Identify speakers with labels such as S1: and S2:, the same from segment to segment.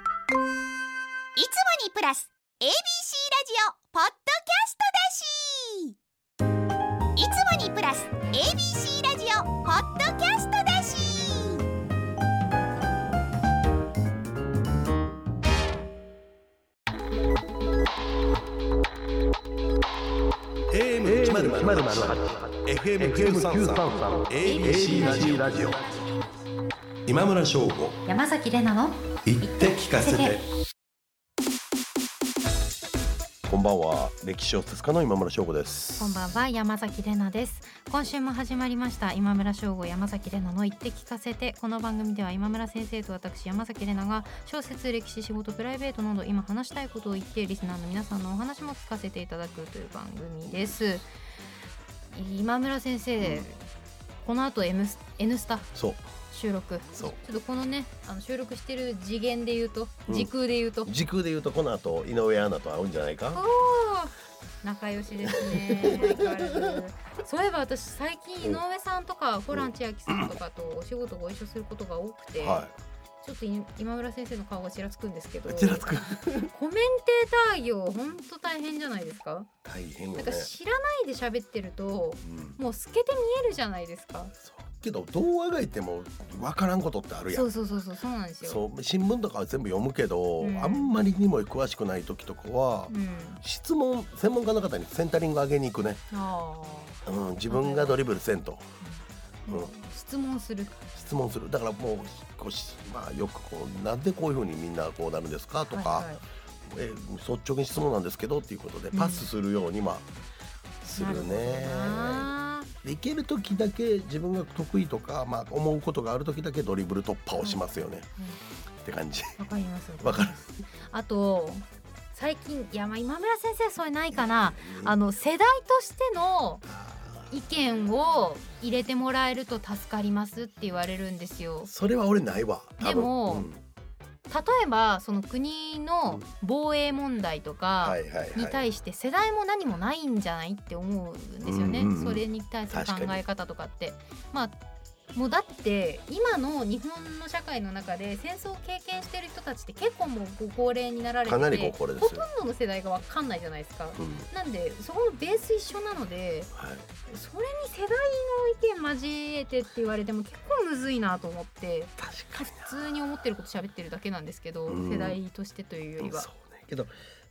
S1: いつもにプラス ABC ラジオポッドキャストだしいつもにプラス ABC ラジオポッドキャストだし
S2: 今村翔吾
S3: 山崎れなの
S2: 言って聞かせて こんばんは歴史小説家の今村翔吾です
S3: こんばんは山崎れなです今週も始まりました今村翔吾山崎れなの言って聞かせてこの番組では今村先生と私山崎れなが小説歴史仕事プライベートなど今話したいことを言ってリスナーの皆さんのお話も聞かせていただくという番組です今村先生、この後 M ス N スタ
S2: そう
S3: 収録
S2: そう
S3: ちょっとこのねあの収録してる次元で言うと
S2: うん
S3: 時空で言うと、
S2: 時空で言うとこの後井上アナと会うんじゃないか
S3: 仲良しですね相変わらずそういえば私最近井上さんとかホラン千秋さんとかとお仕事ご一緒することが多くて、
S2: は
S3: ちょっとい今村先生の顔がちらつくんですけど
S2: いちらつく
S3: コメンテーター業ほんと大変じゃないですか
S2: 大変よ
S3: なん
S2: ね
S3: か知らないで喋ってる
S2: う
S3: と
S2: ん
S3: もう透けて見えるじゃないですか
S2: そうけどどうあがいてもわからんことってあるや
S3: そ
S2: ん
S3: うそうそうそうそうなんですよ
S2: そう新聞とかは全部読むけど、
S3: うん
S2: あんまりにも詳しくない時とかは、
S3: うん
S2: 質問専門家の方にセンタリング上げに行くね、
S3: あ
S2: うん、自分がドリブルせんと
S3: ー、
S2: うん
S3: 質問する
S2: 質問するだからもうこうしまあ、よくこうなんでこういうふうにみんなこうなるんですかとか、
S3: はいはい
S2: え率直に質問なんですけどっていうことでパスするようにまあ、す
S3: なる
S2: る
S3: ほど
S2: ね。
S3: な
S2: でいける時だけ自分が得意とか、まあ、思うことがある時だけドリブル突破をしますよね、
S3: うん
S2: って感じ。
S3: わかります。
S2: わかる
S3: あと最近いやまあ今村先生それないかな。あ
S2: の
S3: の世代としての意見を入れてもらえると助かりますって言われるんですよ。
S2: それは俺ないわ。多分
S3: でも
S2: うん
S3: 例えばその国の防衛問題とか
S2: はいはいはい、
S3: に対して世代も何もないんじゃないって思うんですよね。
S2: うんうんうん
S3: それに対する考
S2: 確か
S3: え
S2: に
S3: 方とかってまあ。もうだって今の日本の社会の中で戦争を経験してる人たちって結構もうご高齢になられて
S2: かなりこうこれです
S3: ほ
S2: よ
S3: とん。どの世代がわかんないじゃないですか。
S2: うん
S3: なんでそこのベース一緒なので
S2: はい
S3: それに世代の意見交えてって言われても結構むずいなと思って
S2: 確か
S3: 普通に思ってること喋ってるだけなんですけど、
S2: うん
S3: 世代としてというよりは。
S2: そうねけど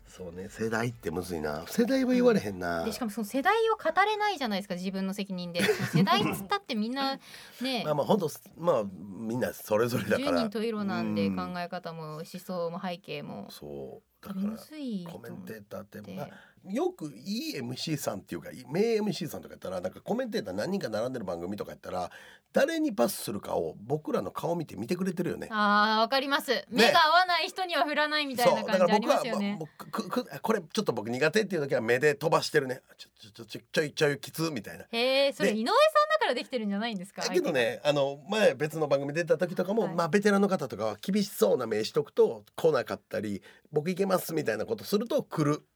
S2: そうね世代ってむずいな世代は言われへんな、
S3: でしかもその世代を語れないじゃないですか自分の 責任でその世代っつったってみんなね
S2: まあまあ本当まあみんなそれぞれだか
S3: 10
S2: ら
S3: 人十色なんで
S2: うん
S3: 考え方も思想も背景も
S2: そうだか
S3: む
S2: ら
S3: ずいと
S2: コメ
S3: 思っ
S2: ンテーターって
S3: て
S2: まあよくいい MC さんっていうかいい名 MC さんとかやったらなんかコメンテーター何人か並んでる番組とかやったら誰にパスするかを僕らの顔見て見てくれてるよね。
S3: あーわかります目が合わない人には振らないみたいな
S2: だか
S3: 感じ
S2: ら
S3: あり
S2: 僕
S3: ま
S2: は
S3: すよね。
S2: もうもうくくこれちょっと僕苦手っていう時は目で飛ばしてるねちょちょちょちょちょいちょいきつみたいな。
S3: へえ、それ
S2: で
S3: 井上さんだからできてるんじゃないんですか。
S2: だけどねあの前別の番組出た時とかも、
S3: はい
S2: まあベテランの方とかは厳しそうな名しとくと来なかったり僕行けますみたいなことすると来る
S3: 相手が。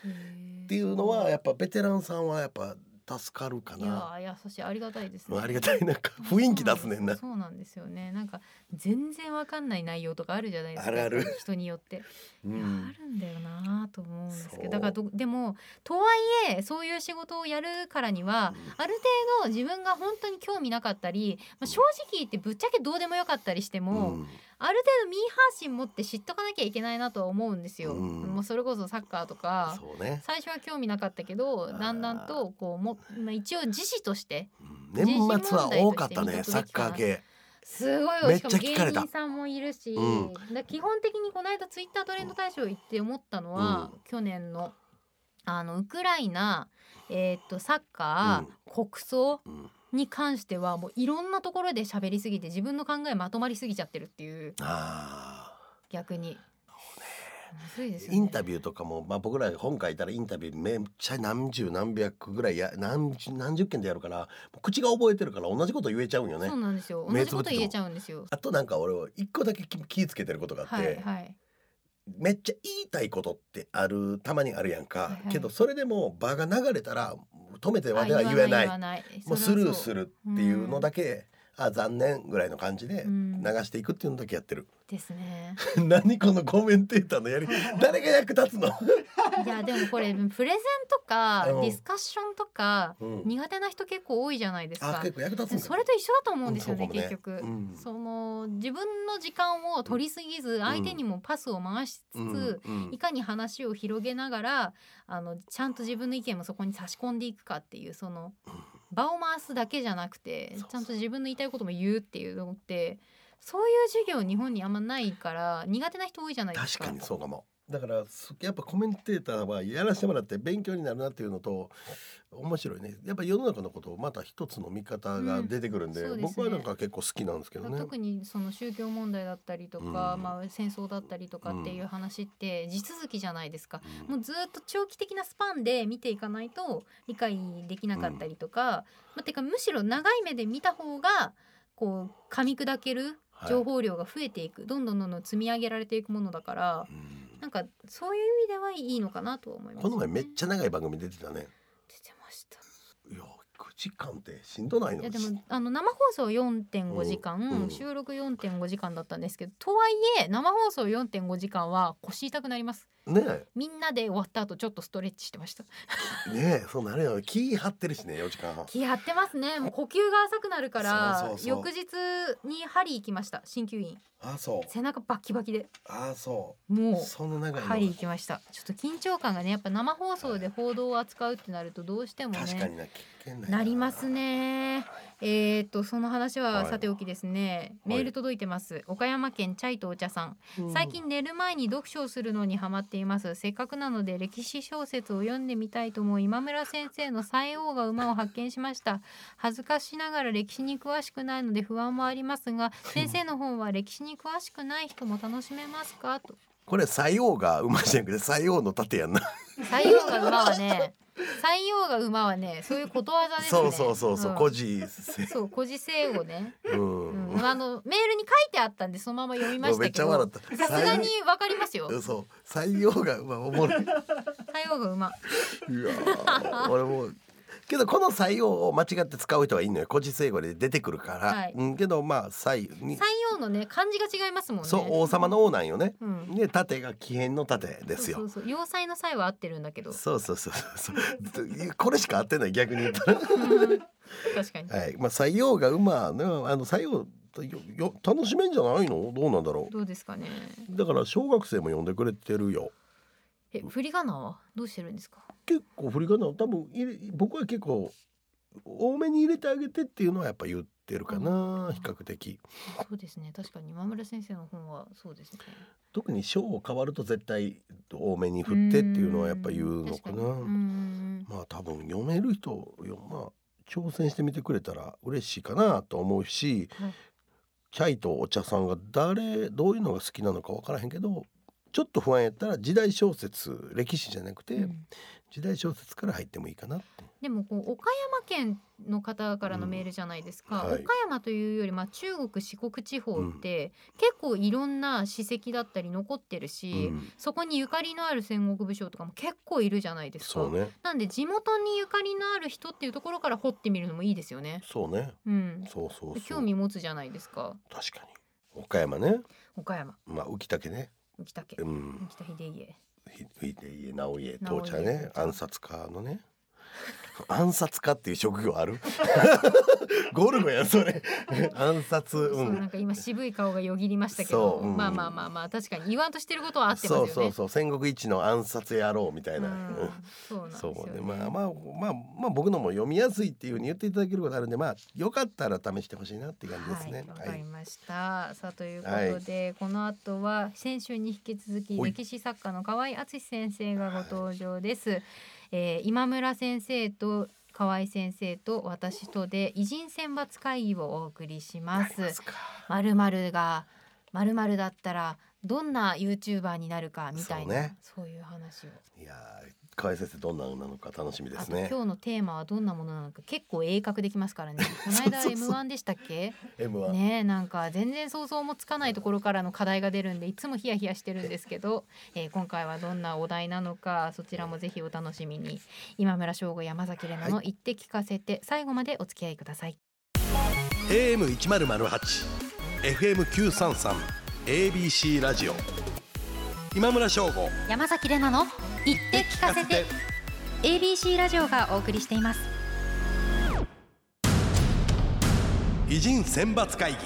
S3: っ
S2: っていうのはやっぱベテランさんはやっぱ助かるか
S3: い
S2: な。
S3: やー、優しい、ありがたいです、
S2: ま
S3: ね。
S2: あ、ありがたいなんか雰囲気出すねんな。
S3: そうなんですよね。なんか全然わかんない内容とかあるじゃないですか。
S2: あるある
S3: 人によって。
S2: う
S3: いや
S2: ん
S3: あるんだよなーと思うんですけ
S2: そ
S3: ど、
S2: う
S3: だからどでもとはいえそういう仕事をやるからには、
S2: うん
S3: ある程度自分が本当に興味なかったり、まあ、正直言ってぶっちゃけどうでもよかったりしても、
S2: うん
S3: ある程度ミーハー心持って知っとかなきゃいけないなとは思うんですよ。
S2: うん
S3: もうそれこそサッカーとか。
S2: そうね、
S3: 最初は興味なかったけどだんだんとこうも、まあ、一応自治として
S2: うん年末は多かったねサ
S3: 人身問題として
S2: ッカー系
S3: すごい
S2: めっち
S3: しか
S2: ゃ
S3: も
S2: 聞か
S3: 芸
S2: れた
S3: 人さんもいるし、
S2: うん
S3: だから基本的にこの間ツイッタートレンド大賞行って思ったのは、
S2: う
S3: 去年のあのウクライナ、えーっとサッカー、国葬
S2: うん
S3: に関してはもういろんなところで喋りすぎて自分の考えまとまりすぎちゃってるっていう
S2: あ
S3: 逆に。むずいです
S2: ー
S3: よね
S2: インタビューとかも、まあ、僕ら本書いたらインタビューめっちゃ何十何百ぐらいや何十何十件でやるから口が覚えてるから同じこと言えちゃうんよね
S3: そうなんですよ
S2: 目
S3: 同
S2: つ
S3: じ
S2: ぶ
S3: こ
S2: って
S3: と
S2: ても
S3: 言えちゃうんですよ。
S2: あとなんか俺は一個だけ気気ぃつけてることがあ
S3: は
S2: って、
S3: いはい
S2: めっちゃ言いたいことってあるたまにあるやんか、
S3: はいはい
S2: けどそれでも場が流れたら止めてまでは
S3: あ
S2: 言えない
S3: 言わない
S2: もうスルーす
S3: る
S2: るっていうのだけ、あ残念ぐらいの感じで
S3: うん
S2: 流していくっていうのだけやってる、
S3: ですね
S2: 何このコメンテーターのや り誰が役立つの、
S3: いやでも これプレゼンとか
S2: うん
S3: ディスカッションとか
S2: うん、
S3: 苦手な人結構多いじゃないです
S2: あ
S3: か
S2: 結構役立つんだ
S3: それと一緒だと思うんですよね
S2: うんそう
S3: 結
S2: か
S3: 局、
S2: もねうん
S3: その自分の時間を取りすぎず相手にもパスを回しつつ、
S2: うんうん
S3: いかに話を広げながらあのちゃんと自分の意見もそこに差し込んでいくかっていうその場を回すだけじゃなくて
S2: そうそう
S3: ちゃんと自分の言いたいことも言うっていうのってそういう授業日本にあんまないから苦手な人多いじゃないです
S2: 確か
S3: か。
S2: にそうかもだからすやっぱコメンテーターはやらせてもらって勉強になるなっていうのと面白いねやっぱ世の中のことをまた一つの見方が出てくるんで,、
S3: うんそうですね
S2: 僕はなんか結構好きなんですけどね。
S3: 特にその宗教問題だったりとか、
S2: うん
S3: まあ、戦争だったりとかっていう話って地続きじゃないですか。
S2: う
S3: もうずっと長期的なスパンで見ていかないと理解できなかったりとか、まあ、てかむしろ長い目で見た方がこう噛み砕ける
S2: はい
S3: 情報量が増えていく、どんどんどんどん積み上げられていくものだから
S2: ん
S3: なんかそういう意味ではいいのかなとは思います、
S2: この前めっ
S3: ゃ
S2: ちゃ長い番組出てたね。
S3: 出てました
S2: いや9時間ってしんどないの
S3: いやでもあの生放送4.5時間、
S2: うんうん
S3: 収録4.5時間だったんですけどとはいえ生放送4.5時間は腰痛くなります
S2: ね
S3: みんなで終わった後ちょっとストレッチしてました
S2: えねえそうなるよ気張ってるしね4時間半。
S3: 気張ってますねもう呼吸が浅くなるから
S2: そうそうそう
S3: 翌日に針行きました鍼灸院
S2: あそう
S3: 背中バッキバキで
S2: あそ
S3: も
S2: う
S3: う
S2: そんな長いの
S3: 針行きましたちょっと緊張感がねやっぱ生放送で報道を扱うってなるとどうしても
S2: 確か
S3: ね
S2: にな危険ない
S3: なりますねえー、とその話はさておきですね、
S2: はい
S3: メール届いてます岡山県チャイとお茶さん
S2: うん
S3: 最近寝る前に読書をするのにハマっていますせっかくなので歴史小説を読んでみたいと思う今村先生の西王が馬を発見しました恥ずかしながら歴史に詳しくないので不安もありますが先生の本は歴史に詳しくない人も楽しめますかと
S2: これ西王が馬じゃなくて西王の盾やんな
S3: 西王が馬 はね西王が馬はねそういうことわざですね
S2: そうそうそうそう、
S3: ん
S2: 孤児せ
S3: そう孤児生をね、
S2: う。
S3: うんん、あのメールに書いてあったんでそのまま読みま
S2: も
S3: し
S2: うめ
S3: た
S2: っ
S3: け
S2: ちゃ笑
S3: ど
S2: った。
S3: さすがにわかりますよ
S2: 採。そう、採用が、まあ、おもろい。
S3: 西王が馬
S2: いやー、俺もう。けどこの採用を間違って使う人はいいのよ。個人成語で出てくるから。
S3: はい
S2: うん、けど、まあ、採に。
S3: 山陽のね漢字が違いますもんね。
S2: そう、王様の王なんよね。
S3: うん。
S2: で、盾が奇変の盾です
S3: そ
S2: よ
S3: う。そうそう要塞の際は合ってるんだけど。
S2: そうそうそうそうそう。これしか合ってない、逆に言 ったら。
S3: うん確かに。
S2: はい、まあ、採用が馬、ね、あの採用。よよ楽しめんじゃないのどうなんだろう
S3: どうですかね。
S2: だから小学生も呼んでくれてるよ
S3: え振り仮名はどうしてるんですか。
S2: 結構振り仮名を多分入れ僕は結構多めに入れてあげてっていうのはやっぱ言ってるかな比較的
S3: そうですね確かに今村先生の本はそうですね。
S2: 特に章を変わると絶対多めに振ってっていうのはやっぱ言うのかな
S3: うん確にうん
S2: まあ多分読める人よまあ挑戦してみてくれたら嬉しいかなと思うし、
S3: はい
S2: チャイとお茶さんが誰どういうのが好きなのか分からへんけどちょっと不安やったら時代小説歴史じゃなくて、
S3: うん
S2: 時代小説から入ってもいいかなって。
S3: でもこう岡山県の方からのメールじゃないですか、
S2: うんはい
S3: 岡山というより、まあ、中国四国地方って、結構いろんな史跡だったり残ってるし、
S2: うん
S3: そこにゆかりのある戦国武将とかも結構いるじゃないですか。
S2: そうね
S3: なんで地元にゆかりのある人っていうところから掘ってみるのもいいですよね。
S2: そうね
S3: うん。
S2: そうそうそう
S3: 興味持つじゃないですか。
S2: 確かに岡山ね
S3: 岡山、
S2: まあ浮田家ね
S3: 浮田家
S2: う、ん
S3: 浮田秀家。
S2: ひ浮田家直家
S3: 直家
S2: 父ちゃんね暗殺家のね暗殺家っていう職業あるゴルゴやんそれ暗殺
S3: そう
S2: う
S3: なん
S2: ん
S3: か今渋い顔がよぎりましたけ
S2: そ
S3: ど、
S2: ううん
S3: まあまあまあまあ確かに言わんとしてることは合ってます
S2: そう
S3: よね。
S2: そうそう戦国一の暗殺野郎みたいな、
S3: うんそうなんです
S2: そ
S3: よ、
S2: うね
S3: ね。
S2: まあまあまあまあ僕のも読みやすいっていうふうに言っていただけることあるんでまあよかったら試してほしいなっていう感じですね
S3: はい、わ
S2: はい、
S3: かりました。さあということで、この後は先週に引き続き
S2: ほい
S3: 歴史作家の河合敦先生がご登場です。えー今村先生と河合先生と私とで偉人選抜会議をお送りします。
S2: ますか
S3: まるまるがまるまるだったらどんなユーチューバーになるかみたいな
S2: そ,、
S3: そうう,、いう話を。
S2: いやー河合先生どんなのなのか楽しみで
S3: あ
S2: す
S3: と
S2: ね
S3: 今日のテーマはどんなものなのか結構鋭角できますからね。この 間
S2: そうそうそう
S3: M1 でしたっけ？
S2: M は、
S3: ねえなんか全然想像もつかないところからの課題が出るんでいつもヒヤヒヤしてるんですけど、 えー今回はどんなお題なのかそちらもぜひお楽しみに今村翔吾山崎怜奈の「言って聞かせて」最後までお付き合いください。
S2: AM 一ゼロゼロ八、FM 九三三、ABC ラジオ。今村翔吾。
S3: 山崎怜奈の「言って聞かせて」ABC ラジオがお送りしています
S2: 偉人選抜会議。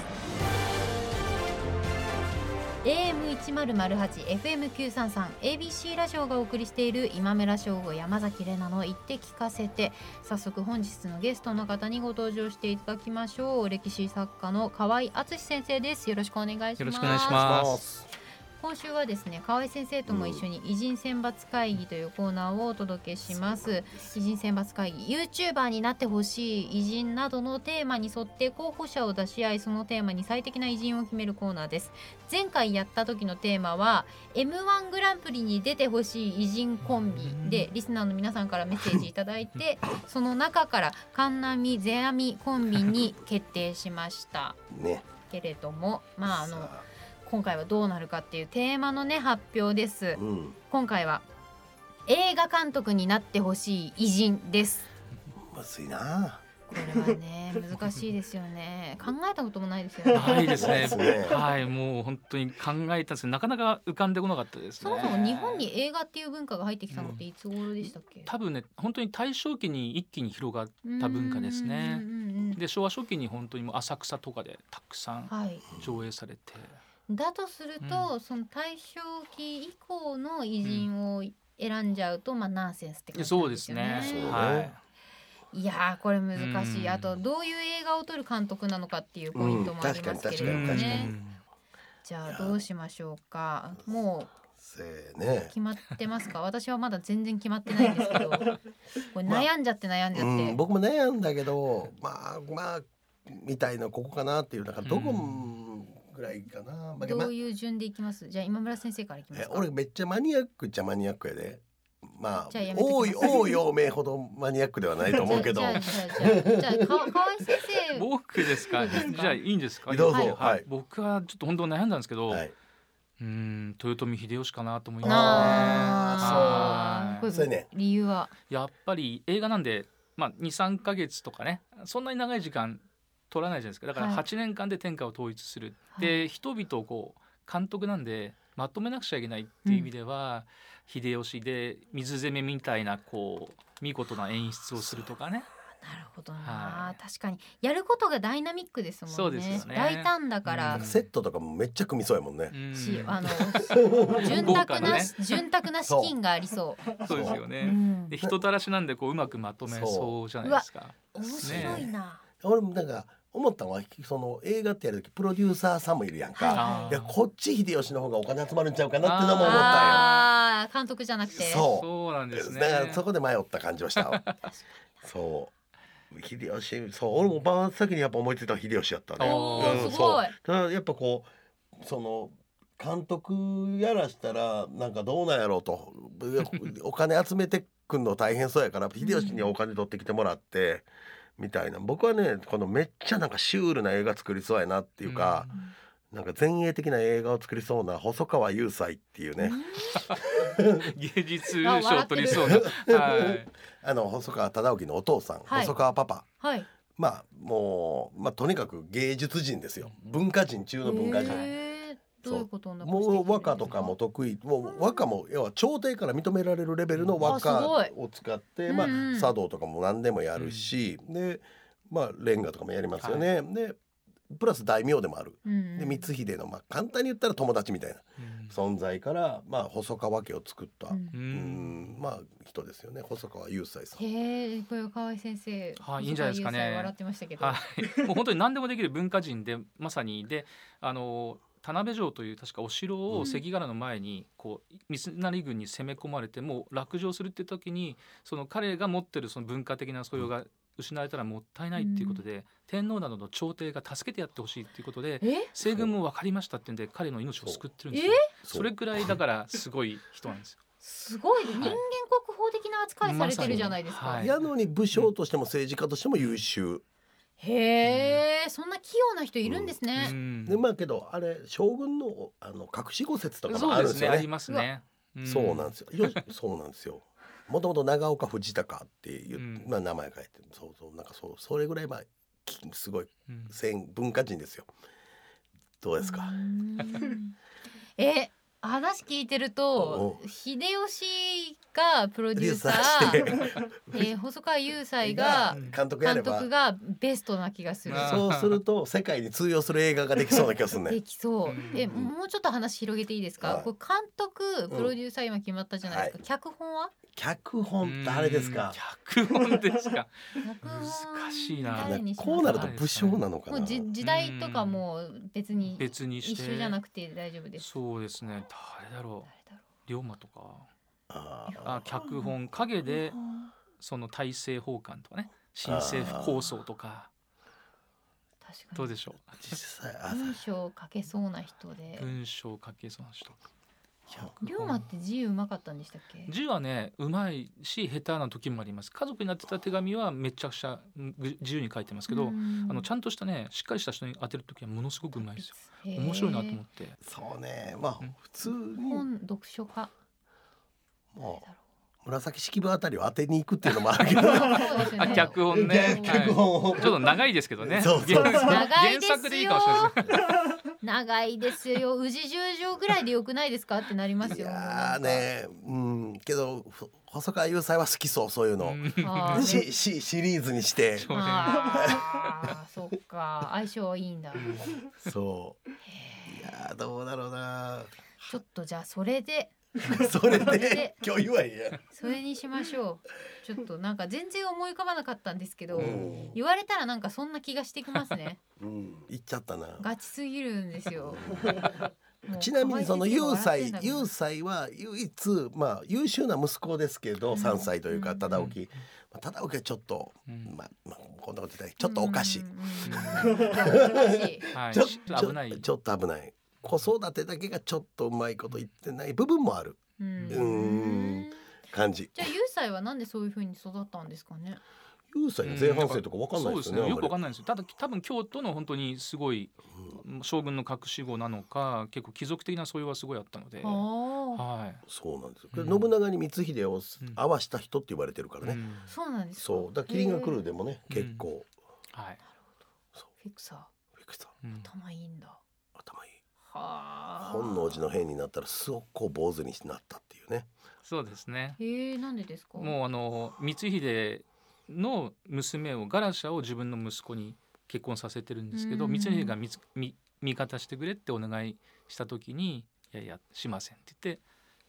S3: AM1008FM933 ABC ラジオがお送りしている今村翔吾山崎怜奈の「言って聞かせて」早速本日のゲストの方にご登場していただきましょう歴史作家の河合敦先生ですよろしくお願いします
S4: よろしくお願いします
S2: す。
S3: 今週はですね河合先生とも一緒に偉人選抜会議というコーナーをお届けします、偉人選抜会議 YouTuber になってほしい偉人などのテーマに沿って候補者を出し合いそのテーマに最適な偉人を決めるコーナーです前回やった時のテーマは m 1グランプリに出てほしい偉人コンビでリスナーの皆さんからメッセージいただいてその中からカンナミゼアミコンビに決定しました
S2: ね。
S3: けれどもまああの
S2: さ
S3: 今回はどうなるかっていうテーマのね発表です
S2: うん。
S3: 今回は映画監督になってほしい偉人です
S2: むずいな。
S3: これはね難しいですよね考えたこともないですよね
S4: ないですね
S2: そうですね
S4: はいもう本当に考えたんですけどなかなか浮かんでこなかったです
S3: そ
S4: ね
S3: もそも日本に映画っていう文化が入ってきたのっていつ頃でしたっけ、
S4: 多分ね本当に大正期に一気に広がっ多文化ですね
S3: うんうんうんうん
S4: で昭和初期に本当にもう浅草とかでたくさん
S3: はい、
S4: 上映されて
S3: だとすると、その大正期以降の偉人を選んじゃうと、まあナンセンスって感
S4: で
S3: じ
S4: そ
S3: な
S4: うんで
S3: ですすよね
S4: ね。
S2: そうね
S4: はい
S3: いやーこれ難しい、
S4: うん
S3: あとどういう映画を撮る監督なのかっていうポイントもありますけれど
S2: う
S3: も
S2: ん確かに確か
S3: ね、
S2: に
S3: じゃあどうしましょうかも
S2: せー
S3: う
S2: ね。
S3: 決まってますか私はまだ全然決まってないんです けどこれ悩んじゃって悩んじゃって、
S2: うん、僕も悩んだけど、まあまあみたいなここかなっていうなんかどこぐらいかな。まあ
S3: ど
S2: まあ
S3: ういう順でいきますじゃあ今村先生からいきま
S2: え
S3: すか
S2: 俺めっちゃマニアックっちゃマニアックやで。まあ
S3: じゃあやめときます
S2: 多い多い多めほどマニアックではないと思うけど
S3: じ。ゃあじゃあじゃあじゃあじゃあか河合先 生
S4: 僕で す
S3: そ
S4: か。
S3: うですか
S4: じゃあいいんですか。
S2: どうぞ
S4: はい
S2: はい
S4: 僕はちょっと本当悩んだんですけど、
S2: はい。
S4: うーん豊臣秀吉かなと思いま
S3: なあ
S4: あー
S3: これ
S2: そうやね
S3: 理由は
S4: す。やっぱり映画なんでまあ二三ヶ月とかねそんなに長い時間取らないじゃないですか。だから
S3: はい
S4: 八年間で天下を統一する、
S3: はい
S4: で人々をこう監督なんで。まとめなくちゃいけないっていう意味では、秀吉で水攻めみたいなこう見事な演出をするとかね
S3: なるほどな、
S4: はい
S3: 確かにやることがダイナミックですもんね
S4: そうですよね
S3: 大胆だから、
S4: うん
S2: セットとかもめっちゃ組みそうやもんね。
S4: うん
S3: しあの潤
S4: 豪
S3: 沢
S4: 華
S3: な、
S4: ね
S3: 潤沢な資金がありそう
S4: そうですよ
S3: う
S4: ね。
S3: ん
S4: で人たらしなんでこううまくまとめそうじゃないですか。
S3: 面白いな、
S2: 俺もなんか思ったのはその映画ってやる時プロデューサーさんもいるやん
S3: はい
S2: か。
S4: あー
S2: いやこっち秀吉の方がお金集まるんちゃうかなってのも思った
S3: ああ監督じゃなくて
S2: そう
S4: そうなんです
S2: よ。
S4: ね。
S2: だからそこで迷った感じはしたわ。そう。秀吉そう俺も真っ先にやっぱ思いついたの秀吉やったね。
S3: お
S4: あ
S3: ー
S2: うん
S3: す
S2: そう
S3: ごい
S2: ただやっぱこうその監督やらしたらなんかどうなんやろうとお金集めてくんの大変そうやから秀吉にお金取ってきてもらって、みたいな僕はねこのめっちゃなんかシュールな映画作りそうやなっていうか、なんか前衛的な映画を作りそうな細川雄斎っていうね、
S4: 芸術賞を取りそうな。 はい。
S2: あの細川忠興のお父さん、
S3: はい
S2: 細川パパ
S3: はい
S2: まあもう、まあ、とにかく芸術人ですよ文化人中の文化人。
S3: えー、どういうことを残してい
S2: もう和
S3: く
S2: 歌
S3: んです
S2: とかも得意もう和歌も要は朝廷から認められるレベルの和
S3: あす
S2: 歌
S3: ごい
S2: を使って、
S3: うん
S2: ま
S3: うん
S2: あ、茶道とかも何でもやるし、で、まあ、レンガとかもやりますよね。でプラス大名でもある。
S3: うん
S2: で光秀の、まあ、簡単に言ったら友達みたいな
S4: うん
S2: 存在から、まあ、細川家を作った、
S3: う
S2: うん
S4: う
S2: ーん
S4: ん。
S2: まあ人ですよね細川雄斎さん。
S3: へえこれ河合先生
S4: はいいいんじゃないですかね
S3: 細川雄斎笑ってましたけど、
S4: はい。もう本当に何でもできる文化人でまさにであの。田辺城という確かお城を関ヶ原の前にこう三成軍に攻め込まれてもう落城するって時にその彼が持ってるその文化的な素養が失われたらもったいないっていうことで天皇などの朝廷が助けてやってほしいっていうことで
S3: え
S4: 西軍も分かりましたっていうんで彼の命を救ってるんです
S3: え
S4: よ。
S2: そ
S4: そうれくらいだからすごい人なんですよ。
S3: すごい人間国宝的な扱いされてるじゃないですか、
S4: まさはい
S2: やのに武将としても政治家としても優秀。
S3: へえ、そんな器用な人いるんですね、
S4: うん
S2: でまあけどあれ将軍のあの隠し語説とかも
S4: そ
S2: あ
S4: う
S2: る
S4: で
S2: んですす
S4: ね
S2: よ
S4: あ
S2: ね
S4: り。ますね。
S2: そうなん
S4: す。
S2: ですよ。よしそうなんですよ。もともと長岡藤隆っていう、
S4: うん
S2: まあ名前書いてるそうそうなんかそうそれぐらいまあきすごい
S4: うん
S2: 戦文化人ですよどうです
S3: う
S2: か
S3: ーん え話聞いてると
S2: お
S3: 秀吉がプロデューサ
S2: デュ
S3: ー、
S2: ーサー
S3: えー細川雄
S2: して
S3: 斎 が
S2: 監督やれ
S3: 監
S2: ば
S3: 督がベストな気がする。
S4: あ
S2: そうすると世界に通用する映画ができそうな気がする
S3: で
S2: ね
S3: きそう
S4: うん。
S3: え、もうちょっと話広げていいですか。
S2: はい
S3: これ監督、プロデューサー今決まったじゃないですか。脚本は。
S2: 脚本ってあれですか
S4: うん脚 本ですか
S3: 脚本
S4: 難しいな
S3: 誰にします
S2: こうなると武将なのか
S3: も
S2: な
S3: うじ時代とかもう別に
S4: 別にして
S3: 一緒じゃなくて大丈夫です。
S4: そうですね誰だろ
S3: 誰だろ
S4: う龍馬とか
S2: あー
S4: あ脚本影でその大政奉還とかね新政府構想とか
S3: う確かに。
S4: どうでしょ
S2: 実際あ
S3: 文章を書けそうな人で
S4: う。文章書けそうな人
S3: 龍馬って字うまかったんでしたっけ？
S4: 字はねうまいし下手な時もあります家族になってた手紙はめちゃくちゃうん自由に書いてますけど、あのちゃんとしたねしっかりした人に当てる時はものすごくうまいですよ
S3: へー
S4: 面白いなと思って
S2: そうねまあ
S4: うん
S2: 普通に
S3: 本読書家。
S2: も
S3: 誰だろ
S2: う紫式部あたりを当てに行くっていうのもあるけど
S3: うそうですよ
S4: あ
S3: ね
S4: 脚本ね
S2: 脚
S3: 脚
S4: はい
S2: 本を
S4: ちょっと長いですけど ね
S2: そうそう
S4: 原
S3: 長い
S4: 原
S3: ですよ
S4: 作でいいかもしれないです
S3: 長いですよ。宇治十条ぐらいでよくないですかってなります
S2: い
S3: よ。
S2: やーねうんけどふ細川雄斎は好きそうそういうの、
S4: うん
S3: あーね
S2: ししシリーズにして
S4: そうね
S3: ああ、そっか、相性いいんだ。
S2: そういやーどうだろうな
S3: ちょっとじゃあ、それで、
S2: それで
S3: で
S2: 今日言わへんやん
S3: それにしましょう。ちょっとなんか全然思い浮かばなかったんですけど。
S2: うん
S3: 言われたらなんかそんな気がしてきますね。
S2: うん言っちゃったな
S3: ガチすぎるんですよ。もう
S2: ちなみにその雄斎
S3: 可愛い
S2: 雄斎は唯一まあ優秀な息子ですけど
S3: うん
S2: 3歳というか忠
S4: うん
S2: 興まあ忠興はちょっと
S4: うん
S2: まあまあこんなこと言ったらちょっとおかしい
S3: うんうんうんおかしい。
S4: はい
S2: ちょ
S4: ちょっと危ない
S2: ちょちょっと危ない子育てだけがちょっとうまいこと言ってない部分もある
S3: う
S2: うん
S3: ん。
S2: 感じ
S3: じゃあ雄斎はなんでそういう風に育ったんですかね。
S2: 雄斎の前半生とかわかんない
S4: そう
S2: で
S4: ですす
S2: よね
S4: ねよくわ
S2: あ
S4: か
S2: んま
S4: んないんですよただ多分京都の本当にすごい将軍の隠し子なのか結構貴族的な素養はすごいあったので、
S3: ああ、
S4: は
S2: りそうなんですよ、
S4: うん
S2: 信長に光秀を
S4: うん
S2: 合わした人って言われてるからね、
S4: い、うん
S3: そうなんですか。
S2: そうだから麒麟が来る
S3: へー
S2: でもね、
S4: うん
S2: 結構
S4: はい、
S3: フィクサー
S2: フィクさん
S4: うん
S3: 頭いいんだ。は
S2: 頭いい
S3: あ。
S2: 本能寺の変になったらすごく坊主になったっていうね
S4: そうですね
S3: へえなんでですか。
S4: もうあの光秀の娘をガラシャを自分の息子に結婚させてるんですけど
S3: うん
S4: 光秀がみつみ味方してくれってお願いした時に「いやいやしません」って言って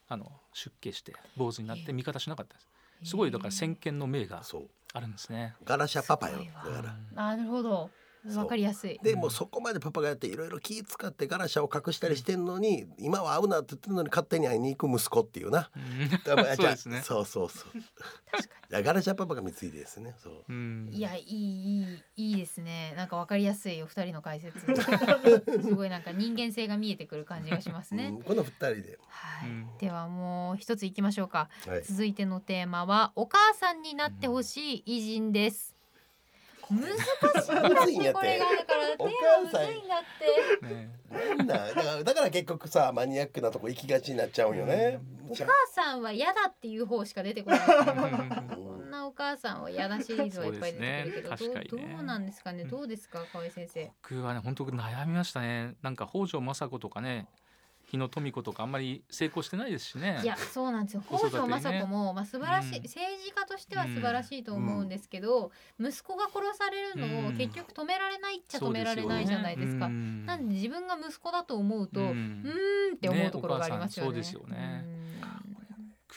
S4: あの出家して坊主になっ
S3: え
S4: て
S3: え
S4: 味方しなかったです
S3: へー
S4: すごいだから先。見の明が
S2: そう
S4: あるんですね。
S2: ガラシャパパよ
S3: すごいわ
S2: だから
S4: うん
S3: あなるほど。
S2: そう
S3: わかりやすい。
S2: でもうそこまでパパがやっていろいろ気使ってガラシャを隠したりしてんのに今は会うなって言ってるのに勝手に会いに行く息子っていうなだから
S4: そうですね
S2: じゃあそうそうそう
S3: 確か
S2: じゃあガラシャパパが光秀ですねそう
S4: うん
S3: に。いやいいいいいいですね。なんかわかりやすいお二人の解 説。すごいなんか人間性が見えてくる感じがします
S2: う
S3: ね
S2: ん。この二人で、
S3: はい
S4: うん。
S3: ではもう一つ行きましょうか。
S2: はい、
S3: 続いてのテーマはお母さんになってほしい偉人です。難
S2: むず
S3: し
S2: いんやっ
S3: いこ
S2: て
S3: れがだからテー
S2: お
S3: マ
S2: 母
S3: む
S2: さん
S3: ずいんだって。
S4: ね
S2: なんだだからだから結局さマニアックなとこ行きがちになっちゃうんよね、
S3: お
S2: じゃ
S3: 母
S2: あ
S3: さんは嫌だっていう方しか出てこない。こんなお母さんは嫌だシリーズはいっぱい出てくるけど、
S4: そうですね確
S3: ど
S4: か
S3: う
S4: にね
S3: どうなんですかね。
S4: うん
S3: どうですか、河合先生。
S4: 僕はね本当悩みましたねなんか北条政子とかね日野富子とかあんまり成功してないですしね
S3: いやそうなんですよ
S4: 子
S3: 北
S4: 育てね
S3: 条政子も、まあ、素晴らしい、
S4: うん
S3: 政治家としては素晴らしいと思うんですけど、息子が殺されるのを
S4: うん
S3: 結局止められないっちゃ
S4: そ
S3: 止
S4: うで
S3: め
S4: すよ
S3: られ
S4: ね
S3: ないじゃないですか。
S4: うん
S3: なんで自分が息子だと思うと、
S4: う
S3: うんーんって思うところがありますよね。
S4: ねお母さんそうですよね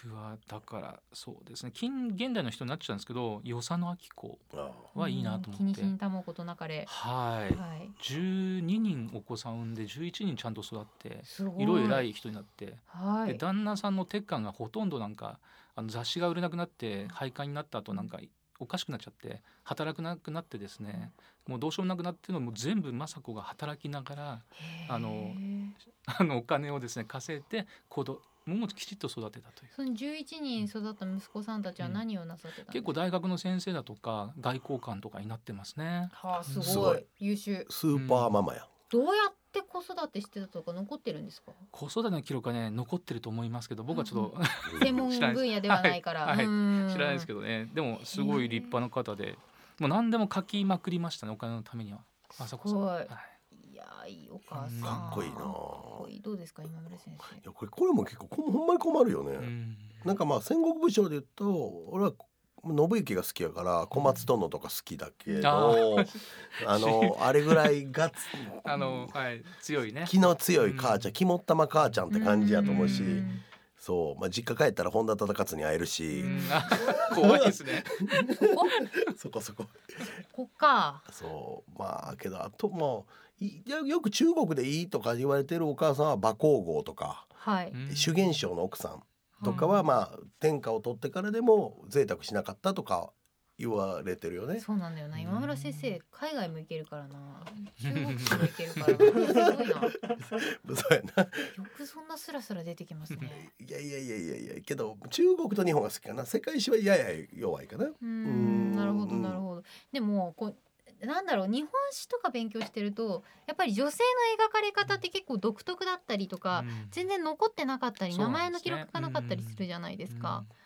S4: 僕はだからそうですね近現代の人になっちゃうんですけど与謝野明子
S2: あ
S3: うん
S4: はいいなと
S3: 気
S4: 思っ
S3: に
S4: て
S3: しにたもことなかれ。
S4: はい
S3: はい。
S4: 12人お子さん産んで11人ちゃんと育って
S3: すごい。
S4: 色偉い人になって
S3: は
S4: で
S3: い。
S4: 旦那さんの鉄管がほとんどなんかあの雑誌が売れなくなって廃刊になった後なんかおかしくなっちゃって働くなくなってですねもうどうしようもなくなってのも全部政子が働きな がら
S3: へー
S4: あのあのお金をですね稼いで子供をきちっと育てたという。
S3: その十一人育った息子さんたちは何をなさってたんです
S4: 結
S3: か。
S4: 構大学の先生だとか外交官とかになってますね。
S3: はあ、す
S2: す
S3: ご
S2: ご
S3: い
S2: い
S3: 優秀。
S2: スーパーママや、
S3: どうやって子育てしてたとか残ってるん ですか。
S4: 子育ての記録はね残ってると思いますけど僕はちょっ
S2: うん
S3: 専門分野ではないから。
S4: 知らないです
S3: け
S4: けどねでもすごい立派な方でもう何でも書きまくりましたねお金のためにはあそこさん
S3: ごい
S4: はい
S3: いやーいいお母さん
S2: かっこいいな
S3: かっこいいどうですか今村先
S2: い
S3: 生
S2: やこれこれも結構こほんまに困るよね、
S4: うん
S2: なんかまあ戦国武将で言うと俺は信行が好きやから小松殿とか好きだけどあの あれぐらいがつ
S4: あのはい強いね
S2: 気の強い母ちゃん肝っ玉母ちゃんって感じやと思うし
S3: ん
S2: そう、まあ、実家帰ったら本田忠勝に会えるし
S4: うんあ怖いですね
S2: そこそこ
S3: こっか
S2: そうまあけどあともういいやよく中国でいいとか言われてるお母さんは馬皇后とか
S3: はい
S4: うん
S2: 修験賞の奥さんとかはまあ天下を取ってからでも贅沢しなかったとか言われてるよね。
S3: そうなんだよな今村先生海外も行けるからな 中国も行けるからすごいなよ
S2: そうやな。
S3: くそんなスラスラ出てきますね
S2: いやいやいやいやいやけど中国と日本が好きかな世界史はやや弱いかな。
S3: うー
S2: うー
S3: ん
S2: ん
S3: なるほどなるほどでもこうなんだろう日本史とか勉強してるとやっぱり女性の描かれ方って結構独特だったりとか、
S4: うん
S3: 全然残ってなかったり、名
S4: そうなん
S3: 前の
S4: です
S3: 記
S4: ね
S3: 録がなかったりするじゃないですか、
S4: うん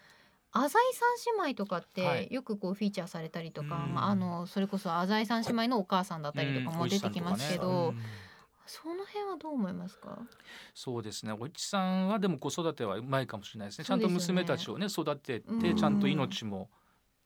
S3: 浅井三姉妹とかっ
S4: は
S3: て
S4: い
S3: よくこうフィーチャーされたりとか、
S4: うん
S3: まあ、あのそれこそ浅井三姉妹のお母さんだったりとかも出てきますけ
S4: うんお
S3: ど、
S4: いちさんとかねうん
S3: その辺はどう思いますか
S4: そうですねおじさんはでも子育てはうまいかもしれないですねち
S3: そう
S4: ゃ
S3: んです
S4: と
S3: よね
S4: 娘たちをね育て
S3: う
S4: て
S3: ん
S4: ちゃんと命も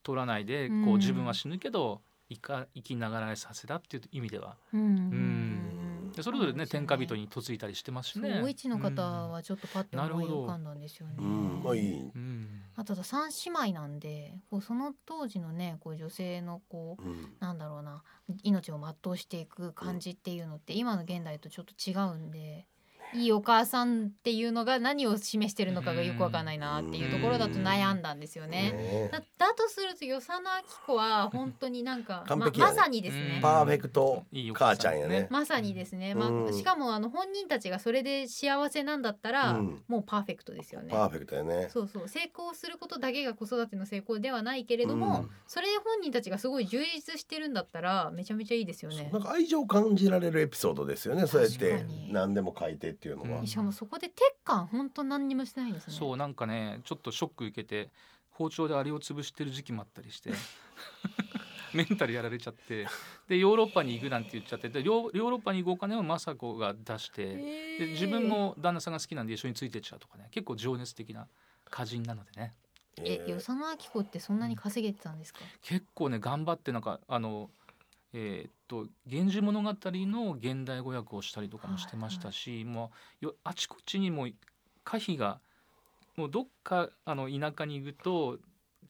S4: 取らないでこ
S3: う
S4: うん自分は死ぬけど生か生きながらえさせたっていう意味では
S3: うん
S4: んでそれぞれね天下人
S3: に
S4: に嫁いだりしてますしね
S3: 大一の方はちょっとパッて思い浮かんだんですよね。
S2: うん、まあいい。
S4: うんうん
S3: まあただ三姉妹なんでこうその当時のねこう女性のこう
S2: うん、
S3: なんだろうな命を全うしていく感じっていうのって今の現代とちょっと違うんで。いいお母さんっていうのが何を示してるのかがよくわかんないなっていうところだと悩んだんですよね。
S2: ね
S3: だだとすると与謝野明子は本当になんか、
S2: 完
S3: ま
S2: 璧や
S3: ま
S2: ね
S3: さにです
S4: う
S3: ね
S4: ん。
S2: パーフェクト
S4: いいお
S2: 母
S4: 母
S2: ち
S4: さ
S2: ゃん
S4: ん
S2: や
S4: やね
S2: ね。
S3: まさにですね、ま
S2: う
S3: あ、
S2: ん
S3: しかもあの本人たちがそれで幸せなんだったら、
S2: うん
S3: もうパーフェクトですよね。
S2: パーフェクトやね。
S3: そうそう成功することだけが子育ての成功ではないけれども、
S2: うん
S3: それで本人たちがすごい充実してるんだったらめちゃめちゃいいですよね
S2: なん。か愛情感じられるエピソードですよね。そうやっ
S3: 確
S2: て
S3: かに
S2: 何でも書いてっていうのは
S4: うん
S3: しかもそこで鉄管本当何にもしてないんですね。
S4: そうなんかねちょっとショック受けて包丁であれを潰してる時期もあった りしてメンタルやられちゃってでヨーロッパに行くなんて言っちゃってでヨーヨーロッパに行くお金を雅子が出して
S3: へ
S4: で
S3: ー
S4: 自分も旦那さんが好きなんで一緒についてっちゃうとかね結構情熱的な歌人なのでね
S3: え
S2: えー
S3: 与謝野明子ってそんなに稼げてたんですか。
S4: 結構ね頑張ってなんかあのえーっと「源氏物語」の現代語訳をしたりとかもしてましたし、もうよあちこちにも歌碑がもうどっかあの田舎に行くと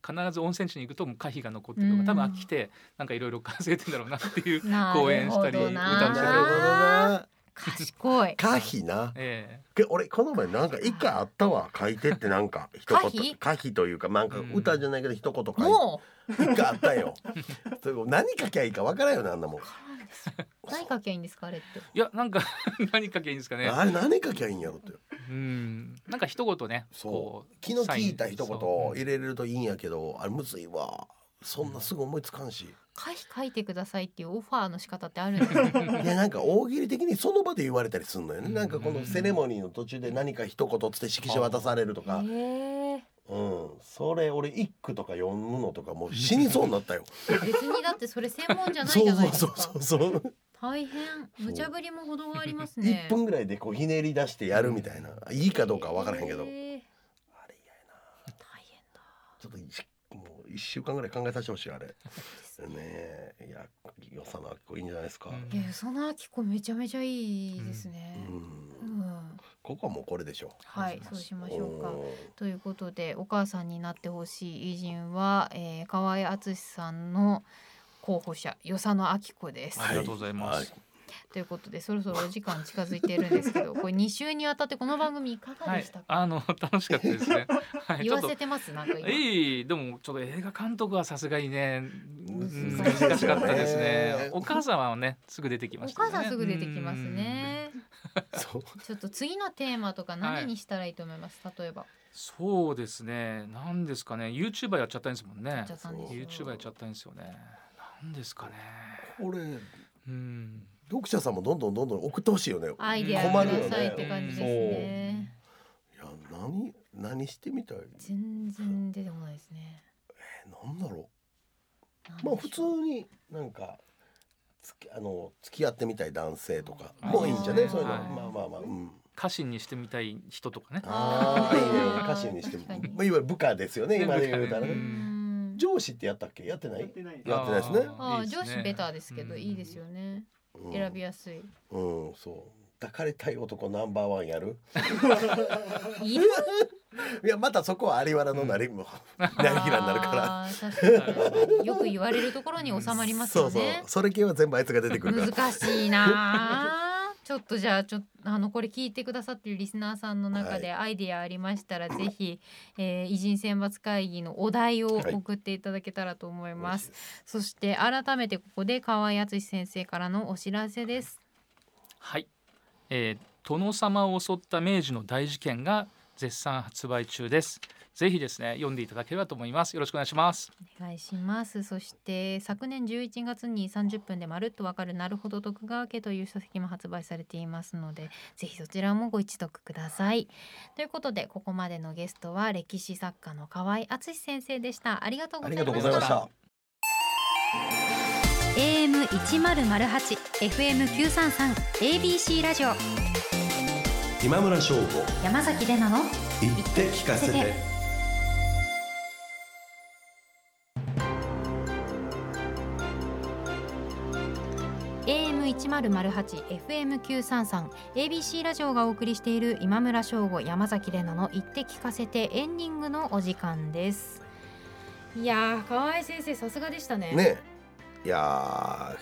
S4: 必ず温泉地に行くともう歌碑が残ってるの
S3: う
S4: が
S3: ん。
S4: 多分飽きてなんかいろいろ稼いでんだろうなってい う
S3: な
S4: 講演したり
S3: るほどな
S4: 歌ったり
S2: なるほどな。
S3: 賢 い。
S2: 可否な。
S4: え
S2: け俺この前なんか一回あったわ書いてってなんか一
S3: 可
S2: 言
S3: 否
S2: 可否というかなんか
S4: うん
S2: 歌じゃないけど一言書いて
S3: も
S2: 一回あったんよ それ何書きゃいいかわからんよねあんなもん
S3: う絡んですよ。何書きゃいいんですかあれって。
S4: ーいやなんか 何かけいいんですかね。
S2: あれ何書きゃいいんやろって
S4: うんなんか一言ね
S2: そう
S4: こう
S2: 気の
S4: サイ
S2: 利
S4: ン
S2: いた一言
S4: そ
S2: を
S4: う
S2: 入れれるといいんやけどあれむずいわそんなすぐ思いつかんし
S3: 回避書いてくださいっていうオファーの仕方ってあるんですか。
S2: いや なんか大喜利的にその場で言われたりするのよね
S4: うん
S2: なんかこのセレモニーの途中で何か一言つって色紙渡されるとか
S3: へえ。
S2: うんそれ俺一句とか読むのとかもう死にそうになったよ
S3: 別にだってそれ専門じゃない
S2: そ
S3: じ
S2: う
S3: ゃない
S2: そう
S3: です
S2: そ
S3: か
S2: う。そうそう
S3: 大変無茶ぶりも程がありますね
S2: 1分ぐらいでこうひねり出してやるみたいないいかどうかは分からへんけど
S3: えー
S2: あれ嫌やな
S3: 大変だ
S2: ちょっといしもう一週間ぐらい考えさせてほしいあれ。ね
S3: すね
S2: えいや良さのこいいんじゃないですか。
S4: うん
S3: いやそのあきこめちゃめちゃいいですね
S2: うん、
S3: うん、
S2: ここはもうこれでしょ
S3: はいそうし
S2: う。
S3: ましょうか
S2: うん
S3: ということでお母さんになってほしい偉人は、えー、河合敦さんの候補者与謝野明子です、
S4: ありがとうございます。
S2: はい
S3: ということでそろそろお時間近づいているんです けどこれ二週にわたってこの番組いかが
S4: は
S3: で
S4: い
S3: したか、
S4: あの楽しかったですね。はい
S3: 言わ
S4: ちょっと
S3: せてますなんか今
S4: いいでもちょっと映画監督はさすがにねうん
S3: 難しいですよね
S4: 難しかったですねお母様はねすぐ出てきま
S3: お
S4: したね
S3: 母さんすぐ出てきますね
S2: そう
S3: ちょっと次のテーマとか
S4: は
S3: 何
S4: い
S3: にしたらいいと思います、例えば
S4: うんそうですねなんですかね YouTuber やっちゃったんですもん
S3: や
S4: ね
S3: っちゃったんですよ
S4: YouTuber やっちゃったんですよねなんですかね
S2: これ
S4: うん
S2: 読者さんもどんどんどんどん送ってほしいよね。い
S3: アイデアくださいって感じですね
S2: や何何してみたい。
S3: 全然出てこないですね
S2: えなんだろまあ普通になんかつきあの付き合ってみたい男性とか
S4: あー
S2: もういいんじゃね
S4: そ
S2: そ
S4: う
S2: う
S4: で
S2: いうの、
S4: すね
S2: まあまあまあうん。
S4: 家臣にしてみたい人とかね
S2: あ
S3: あ
S2: あ
S3: ー
S2: いいね歌手にしても
S3: 確かに
S2: いわゆる部下ですよね
S4: ね
S2: 今で言うたら
S4: 部下
S3: う
S4: ね
S2: ね
S3: ん
S2: 上司ってやったっけやってな
S5: やっ
S2: い
S5: てない
S2: やってないですね
S3: あ
S4: い
S3: あ
S4: いです
S3: 上
S4: ね
S3: 司ベターですけど
S4: うん
S3: いいですよね
S2: うん
S3: 選びやす
S2: う
S3: い
S2: んそう抱かれたい男ナンバーワンやる
S3: いる
S2: いやまたそこは有原のなりもなりひらになるから
S3: あー確かによく言われるところに収まりますよ
S2: そうそう
S3: ね
S2: それ系は全部あいつが出てくるから
S3: 難し いなあちょっとじゃあちょっとあのこれ聞いてくださってるリスナーさんの中でアイディアありましたら、ぜひ、えー偉人選抜会議のお題を
S2: はい
S3: 送っていただけたらと思います、
S2: 嬉しいです
S3: そして改めてここで河合敦先生からのお知らせです
S4: はい、えー、殿様を襲った明治の大事件が絶賛発売中ですぜひですね読んでいただければと思いますよろしくお願いします
S3: お願いしますそして昨年11月に30分でまるっとわかるなるほど徳川家という書籍も発売されていますのでぜひそちらもご一読くださいということでここまでのゲストは歴史作家の河合敦先生でしたありがとうご
S2: あり
S3: ざいま
S2: がとうご
S3: し
S2: ざい
S3: た
S2: ました。
S3: AM 一ゼロゼロ八 FM 九三三 ABC ラジオ
S2: 今村翔吾
S3: 山崎れなの
S2: 言って聞か
S3: せてAM1008、FM933、ABC ラジオがお送りしている今村翔吾、山崎怜奈の言って聞かせてエンディングのお時間です。いやー、河合先生、さすがでしたね。
S2: ねいや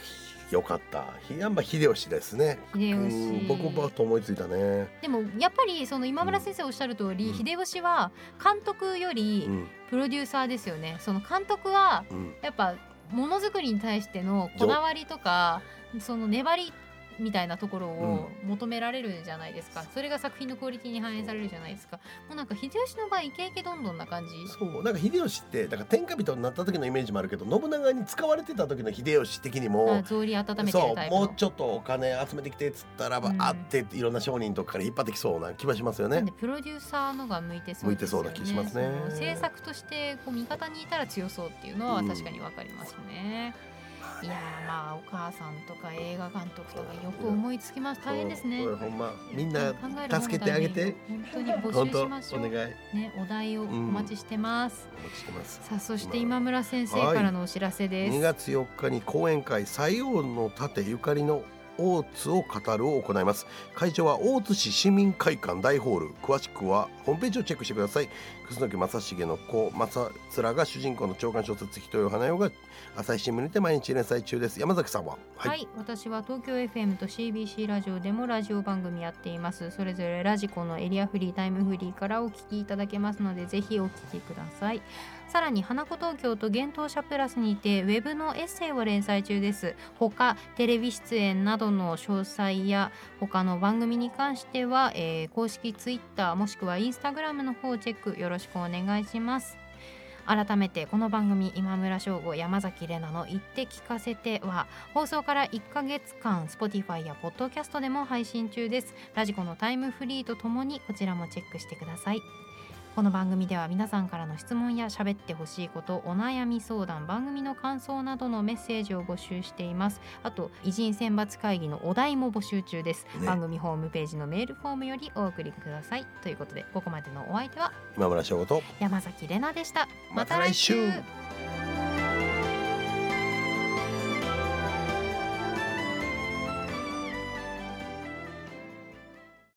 S2: ーよかったひやんば秀吉ですね
S3: 秀
S2: うん
S3: 吉。
S2: 僕ばっと思いついたね、
S3: でもやっぱりその今村先生おっしゃる通り、
S2: うん
S3: 秀吉は監督よ
S2: う
S3: り
S2: ん
S3: プロデューサーですよね。その監督は
S2: うん、
S3: やっぱものづくりに対してのこだわりとかその粘りみたいなところを求められるじゃないですか、それが作品のクオリティに反映されるじゃないですかもうなんか秀吉の場合イケイケどんどんな感じ
S2: そうなんか秀吉ってだから天下人になった時のイメージもあるけど信長に使われてた時の秀吉的に
S3: あ
S2: も。
S3: 草履温めて
S2: そ
S3: る
S2: う
S3: タイプ
S2: も
S3: の
S2: うちょっとお金集めてきてっつったらば、
S3: うん
S2: あっていろんな商人とかから引っ張ってきそうな気はしますよ
S3: なん
S2: ね
S3: で。プロデューサーのが向いてそうですよね
S2: 向いてそうな気しますね
S3: その制作としてこう味方にいたら強そうっていうのは確かにわかりますね、いやーまあお母さんとか映画監督とかよく思いつきます大変ですね
S2: そうほんまみんな
S3: 考える方も
S2: 助けてあげて
S3: 本当に募
S2: 本当
S3: 集し
S2: お願
S3: ま
S2: い
S3: しょう
S2: お待
S3: ね、お題をお待ちしてます。
S2: ちしてます。
S3: さあ、そして今村先生からのお知らせです。
S2: 2月4日に講演会「西王の盾ゆかりの大津を語る」を行います会場は大津市市民会館大ホール詳しくはホームページをチェックしてください楠木正成の子正面が主人公の長官小説「人よ花よ」が朝日新聞にて毎日連載中です山崎さんは
S3: はい、私は東京 FM と CBC ラジオでもラジオ番組やっています。それぞれラジコのエリアフリー、タイムフリーからお聞きいただけますので、ぜひお聞きください。さらに花子東京と幻冬舎プラスにてウェブのエッセイを連載中です。他テレビ出演などの詳細や他の番組に関しては、えー公式ツイッターもしくはインスタグラムの方をチェックよろしくお願いします。改めてこの番組今村翔吾山崎怜奈の「言って聞かせては」放送から1ヶ月間 Spotify や Podcast でも配信中ですラジコのタイムフリーとともにこちらもチェックしてくださいこの番組では皆さんからの質問や喋ってほしいことお悩み相談番組の感想などのメッセージを募集していますあと偉人選抜会議のお題も募集中です、
S2: ね
S3: 番組ホームページのメールフォームよりお送りくださいということでここまでのお相手は
S2: 今村翔吾と
S3: 山崎れなでした
S2: また来週
S3: また来週